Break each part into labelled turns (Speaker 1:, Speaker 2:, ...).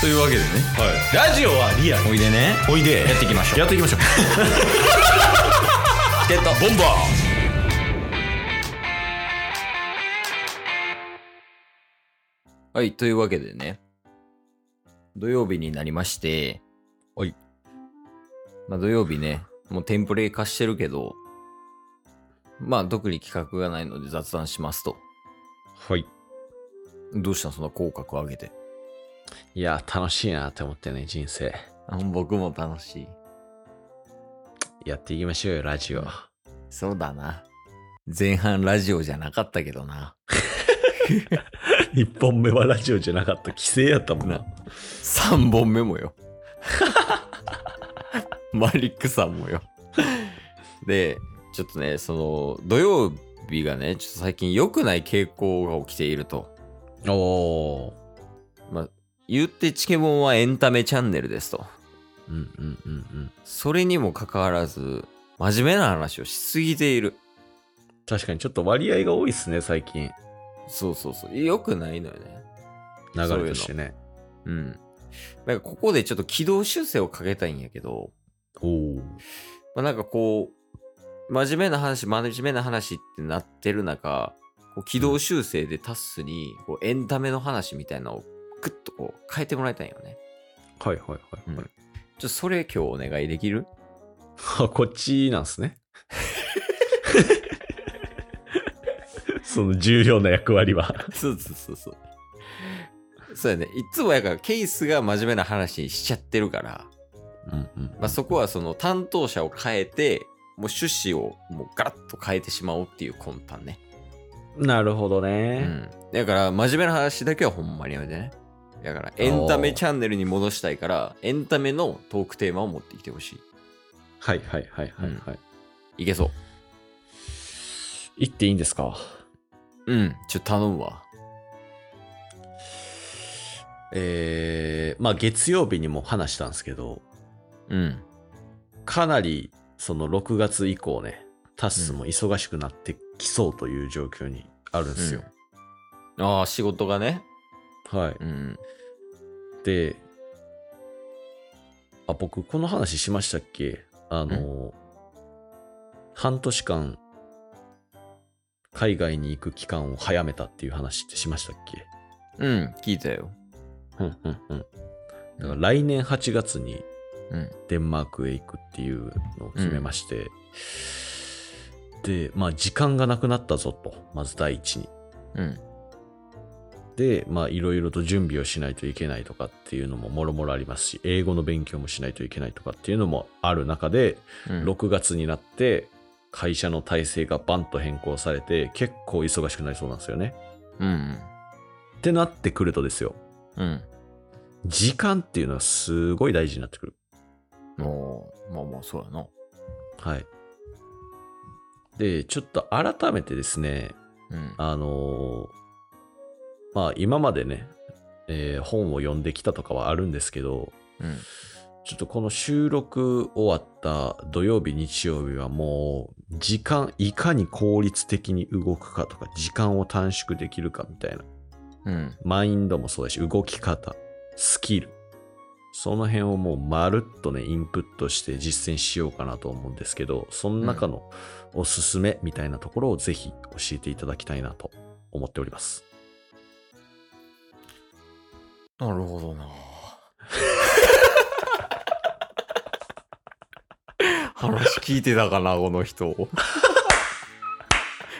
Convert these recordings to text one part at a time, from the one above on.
Speaker 1: というわけでね
Speaker 2: ラジオはリアル
Speaker 1: おいでね
Speaker 2: おいで
Speaker 1: やっていきましょう
Speaker 2: やっていきましょう
Speaker 1: チケットボンバーはい、というわけでね、土曜日になりまして、
Speaker 2: はい。
Speaker 1: まあ土曜日ね、もうテンプレ化してるけど、まあ特に企画がないので雑談しますと。
Speaker 2: はい
Speaker 1: どうしたのその口角を上げて。
Speaker 2: いや楽しいなって思ってね人生
Speaker 1: あ僕も楽しい。
Speaker 2: やっていきましょうよラ ジオ
Speaker 1: そうだな。前半ラジオじゃなかったけどな。
Speaker 2: 1本目はラジオじゃなかった規制やったもんな
Speaker 1: 3本目もよ マリックさんもよでちょっとねその土曜日がねちょっと最近良くない傾向が起きていると
Speaker 2: おお
Speaker 1: まあ言ってチケボンはエンタメチャンネルですと
Speaker 2: ーうんうんうんうん
Speaker 1: それにもかかわらず真面目な話をしすぎている
Speaker 2: 確かにちょっと割合が多いっすね最近
Speaker 1: そうそうそう良くないのよね
Speaker 2: 流
Speaker 1: そういう
Speaker 2: れ
Speaker 1: の
Speaker 2: としてね
Speaker 1: うんなんかここでちょっと軌道修正をかけたいんやけど、
Speaker 2: おお
Speaker 1: まあ、なんかこう、真面目な話、真面目な話ってなってる中、こう軌道修正でタッスに、こうエンタメの話みたいなのをグッとこう変えてもらいたいんよね。
Speaker 2: はいはいはいはい、
Speaker 1: うんちょっとそれ今日お願いできる
Speaker 2: あ こっちなんすね その重量な役割は
Speaker 1: そうそうそうそう。そうやね。いつもやからケースが真面目な話にしちゃってるから、
Speaker 2: うんうん
Speaker 1: まあ、そこはその担当者を変えて、もう趣旨をもうガラッと変えてしまおうっていう魂胆ね。
Speaker 2: なるほど
Speaker 1: う
Speaker 2: ね、
Speaker 1: ん、だから真面目な話だけはほんまにやめてねだからエンタメチャンネルに戻したいからエンタメのトークテーマを持ってきてほし
Speaker 2: はいはいはいはいはい、
Speaker 1: いいけそう
Speaker 2: 行っていいんですか
Speaker 1: うんちょっと頼むわ
Speaker 2: えー、まあ月曜日にも話したんですけど
Speaker 1: うん
Speaker 2: かなりその6月以降ねタッスも忙しくなってきそうという状況にあるんですよ、
Speaker 1: ああ仕事がね
Speaker 2: はい
Speaker 1: うん
Speaker 2: であ僕この話しましたっけあの半年間海外に行く期間を早めたっていう話ってしましたっけ
Speaker 1: うん聞いたよ
Speaker 2: うんうんうんだから来年8月に
Speaker 1: うん
Speaker 2: デンマークへ行くっていうのを決めまして、でまあ時間がなくなったぞとまず第一に
Speaker 1: うん
Speaker 2: でまあいろいろと準備をしないといけないとかっていうのももろもろありますし英語の勉強もしないといけないとかっていうのもある中で、
Speaker 1: うん
Speaker 2: 6月になって会社の体制がバンと変更されて結構忙しくなりそうなんですよね
Speaker 1: うん
Speaker 2: ってなってくるとですよ
Speaker 1: うん
Speaker 2: 時間っていうのはすごい大事になってくる
Speaker 1: もうまあまあそうやな
Speaker 2: はいでちょっと改めてですね
Speaker 1: うん
Speaker 2: あのーまあ今までね、えー本を読んできたとかはあるんですけど、
Speaker 1: うん
Speaker 2: ちょっとこの収録終わった土曜日、日曜日はもう時間、いかに効率的に動くかとか、時間を短縮できるかみたいな、
Speaker 1: うん
Speaker 2: マインドもそうだし、動き方、スキル、その辺をもうまるっとね、インプットして実践しようかなと思うんですけど、その中のおすすめみたいなところをぜひ教えていただきたいなと思っております。
Speaker 1: なるほどな話聞いてたかなこの人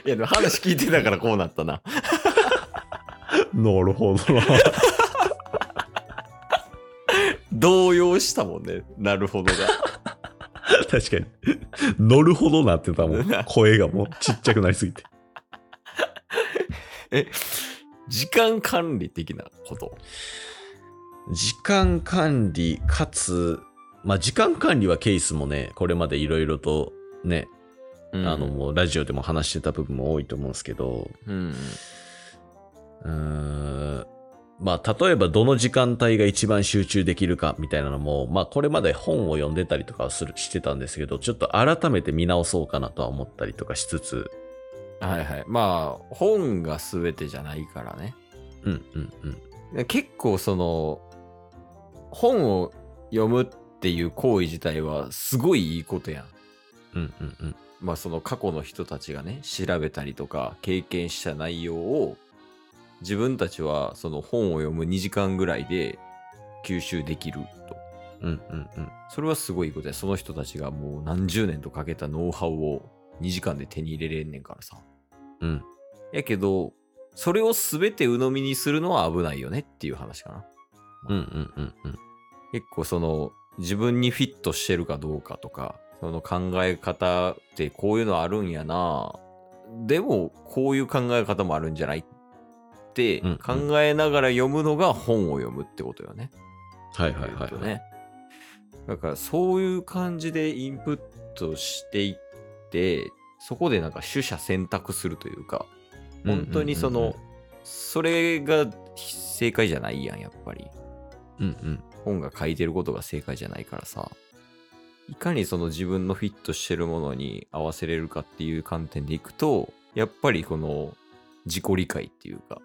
Speaker 1: いやでも話聞いてたからこうなったな
Speaker 2: なるほどな。
Speaker 1: 動揺したもんねなるほどが
Speaker 2: 確かに。乗るほどなってたもん。声がもうちっちゃくなりすぎて。
Speaker 1: え時間管理的なこと
Speaker 2: 時間管理、かつ、まあ、時間管理はケースもね、これまでいろいろとね、あの、もうラジオでも話してた部分も多いと思うんですけど、
Speaker 1: うん
Speaker 2: うーん、まあ、例えばどの時間帯が一番集中できるかみたいなのも、まあ、これまで本を読んでたりとかはする、してたんですけど、ちょっと改めて見直そうかなとは思ったりとかしつつ、
Speaker 1: はいはいまあ本が全てじゃないからね
Speaker 2: うん、うん、うん。
Speaker 1: 結構その本を読むっていう行為自体はすごいいいことやん。
Speaker 2: うんうんうん。
Speaker 1: まあその過去の人たちがね、調べたりとか経験した内容を自分たちはその本を読む2時間ぐらいで吸収できると。
Speaker 2: うんうんうん。
Speaker 1: それはすごいことや。その人たちがもう何十年とかけたノウハウを2時間で手に入れれんねんからさ。
Speaker 2: うん。
Speaker 1: やけど、それを全て鵜呑みにするのは危ないよねっていう話かな。
Speaker 2: うんうんうんうん。
Speaker 1: 結構その自分にフィットしてるかどうかとかその考え方ってこういうのあるんやなでもこういう考え方もあるんじゃないって
Speaker 2: うん
Speaker 1: 考えながら読むのが本を読むってことよね。
Speaker 2: はいはいはい、
Speaker 1: 言うと
Speaker 2: はい。
Speaker 1: ね。だからそういう感じでインプットしていってそこでなんか取捨選択するというか本当にその、それが正解じゃないやんやっぱり。
Speaker 2: うんうん
Speaker 1: 本が書いてることが正解じゃないからさいかにその自分のフィットしてるものに合わせれるかっていう観点でいくとやっぱりこの自己理解っていうか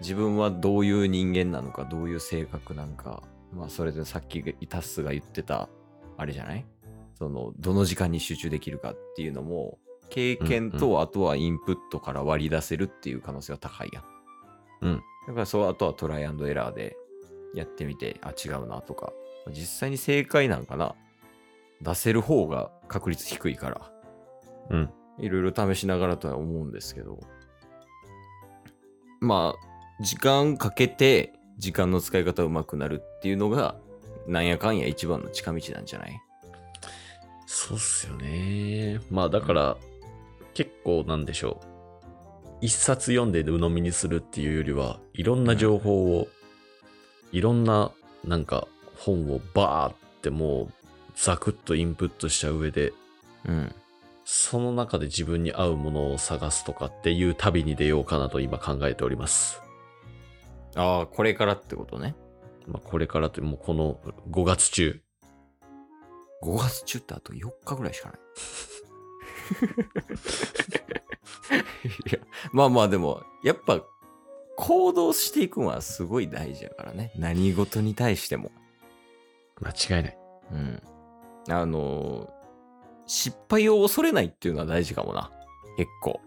Speaker 1: 自分はどういう人間なのかどういう性格なんかまあそれでさっきタッスが言ってたあれじゃないそのどの時間に集中できるかっていうのも経験
Speaker 2: う
Speaker 1: とあとはインプットから割り出せるっていう可能性は高いやんだからそう、あとはトライアンドエラーでやってみて、あ、違うなとか、実際に正解なんかな出せる方が確率低いから、
Speaker 2: うんうん
Speaker 1: いろいろ試しながらとは思うんですけど、まあ、時間かけて、時間の使い方うまくなるっていうのが、なんやかんや一番の近道なんじゃない
Speaker 2: そうっすよね。まあだから、結構なんでしょう。一冊読んで鵜呑みにするっていうよりは、いろんな情報を、いろんななんか本をバーってもうザクッとインプットした上で、
Speaker 1: うん。
Speaker 2: その中で自分に合うものを探すとかっていう旅に出ようかなと今考えております。
Speaker 1: ああ、これからってことね。
Speaker 2: まあ、これからというもうこの5月中。
Speaker 1: 5月中ってあと4日ぐらいしかない。いやまあまあでもやっぱ行動していくのはすごい大事やからね何事に対しても。
Speaker 2: 間違いない。
Speaker 1: うん、あの失敗を恐れないっていうのは大事かもな結構。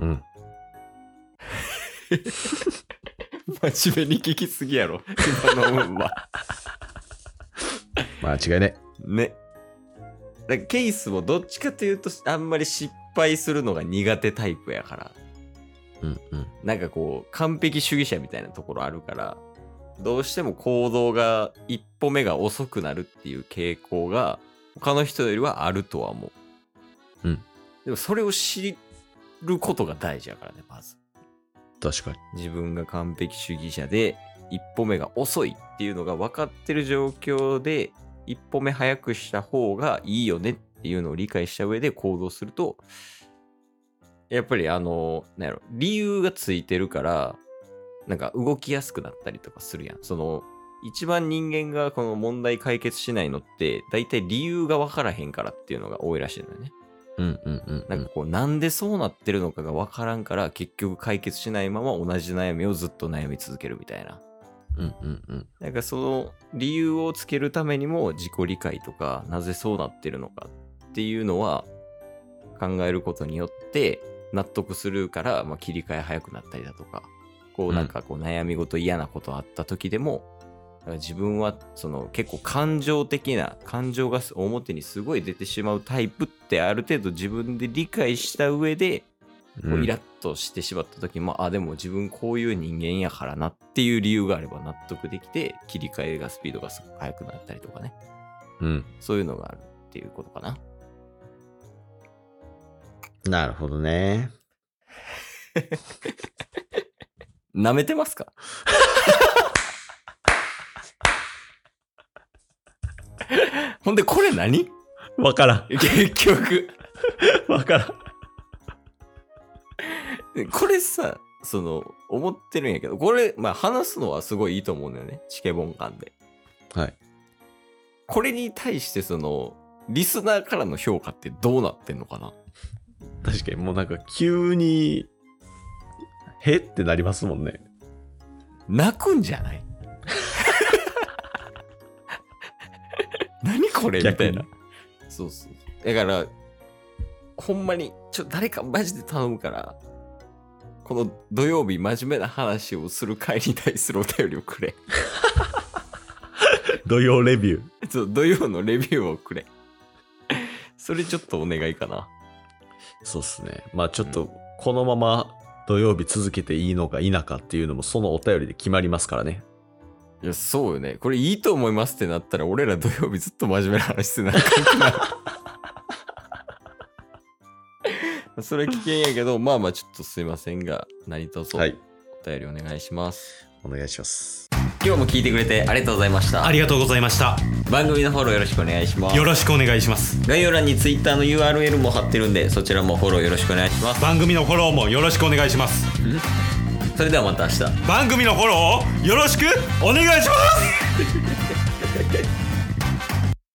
Speaker 2: うん。
Speaker 1: 真面目に聞きすぎやろ今の分は。
Speaker 2: 間違いない。
Speaker 1: ね。だからケイスもどっちかというとあんまり失敗するのが苦手タイプやから
Speaker 2: うんうん。
Speaker 1: なんかこう完璧主義者みたいなところあるからどうしても行動が一歩目が遅くなるっていう傾向が他の人よりはあるとは思う。
Speaker 2: うん。
Speaker 1: でもそれを知ることが大事やからねまず。
Speaker 2: 確かに。
Speaker 1: 自分が完璧主義者で一歩目が遅いっていうのが分かってる状況で一歩目早くした方がいいよねっていうのを理解した上で行動するとやっぱりあのなんやろ理由がついてるからなんか動きやすくなったりとかするやんその一番人間がこの問題解決しないのって大体理由が分からへんからっていうのが多いらしいのよね
Speaker 2: うんうんうん、う
Speaker 1: なんかこう、なんでそうなってるのかが分からんから、結局解決しないまま同じ悩みをずっと悩み続けるみたいな。
Speaker 2: うんうんうん。
Speaker 1: なんかその理由をつけるためにも自己理解とか、なぜそうなってるのかっていうのは考えることによって納得するから、まあ、切り替え早くなったりだとか、こ
Speaker 2: う
Speaker 1: うんなんかこう悩み事嫌なことあった時でも、なんか自分はその結構感情的な感情が表にすごい出てしまうタイプってある程度自分で理解した上でこうイラッとしてしまった時も、あでも自分こういう人間やからなっていう理由があれば納得できて切り替えがスピードがすごく速くなったりとかね
Speaker 2: うん。
Speaker 1: そういうのがあるっていうことかな
Speaker 2: なるほどね。
Speaker 1: 舐めてますかほんでこれ何
Speaker 2: わからん。
Speaker 1: 結局
Speaker 2: わからん。
Speaker 1: これさその思ってるんやけどこれまあ話すのはすごいいいと思うんだよねチケボン感で
Speaker 2: はい。
Speaker 1: これに対してそのリスナーからの評価ってどうなってんのかな
Speaker 2: 確かにもうなんか急 に、へってなりますもんね。
Speaker 1: 泣くんじゃない何これみた
Speaker 2: 逆
Speaker 1: い
Speaker 2: に
Speaker 1: な。そうそうそう。だから、ほんまに、ちょ、誰かマジで頼むから、この土曜日真面目な話をする会に対するお便りをくれ。
Speaker 2: 土曜レビュー。
Speaker 1: そう、土曜のレビューをくれ。それちょっとお願いかな。
Speaker 2: そうっすね。まあちょっと、このまま土曜日続けていいのか否かっていうのも、そのお便りで決まりますからね。
Speaker 1: いや、そうよね。これいいと思いますってなったら、俺ら土曜日ずっと真面目な話してなあかんくなる それ危険やけど、まあまあちょっとすいませんが、何卒お
Speaker 2: はい
Speaker 1: 便。りお願いします。
Speaker 2: お願いします。
Speaker 1: 今日も聞いてくれてありがとうございました
Speaker 3: あ。りがとうございました。
Speaker 1: 番組のフォローよろしくお願いします
Speaker 3: よ。ろしくお願いします。
Speaker 1: 概要欄に Twitter の URL も貼ってるんで、そちらもフォローよろしくお願いします。
Speaker 3: 番組のフォローもよろしくお願いします。
Speaker 1: それではまた明日。
Speaker 3: 番組のフォローをよろしくお願いします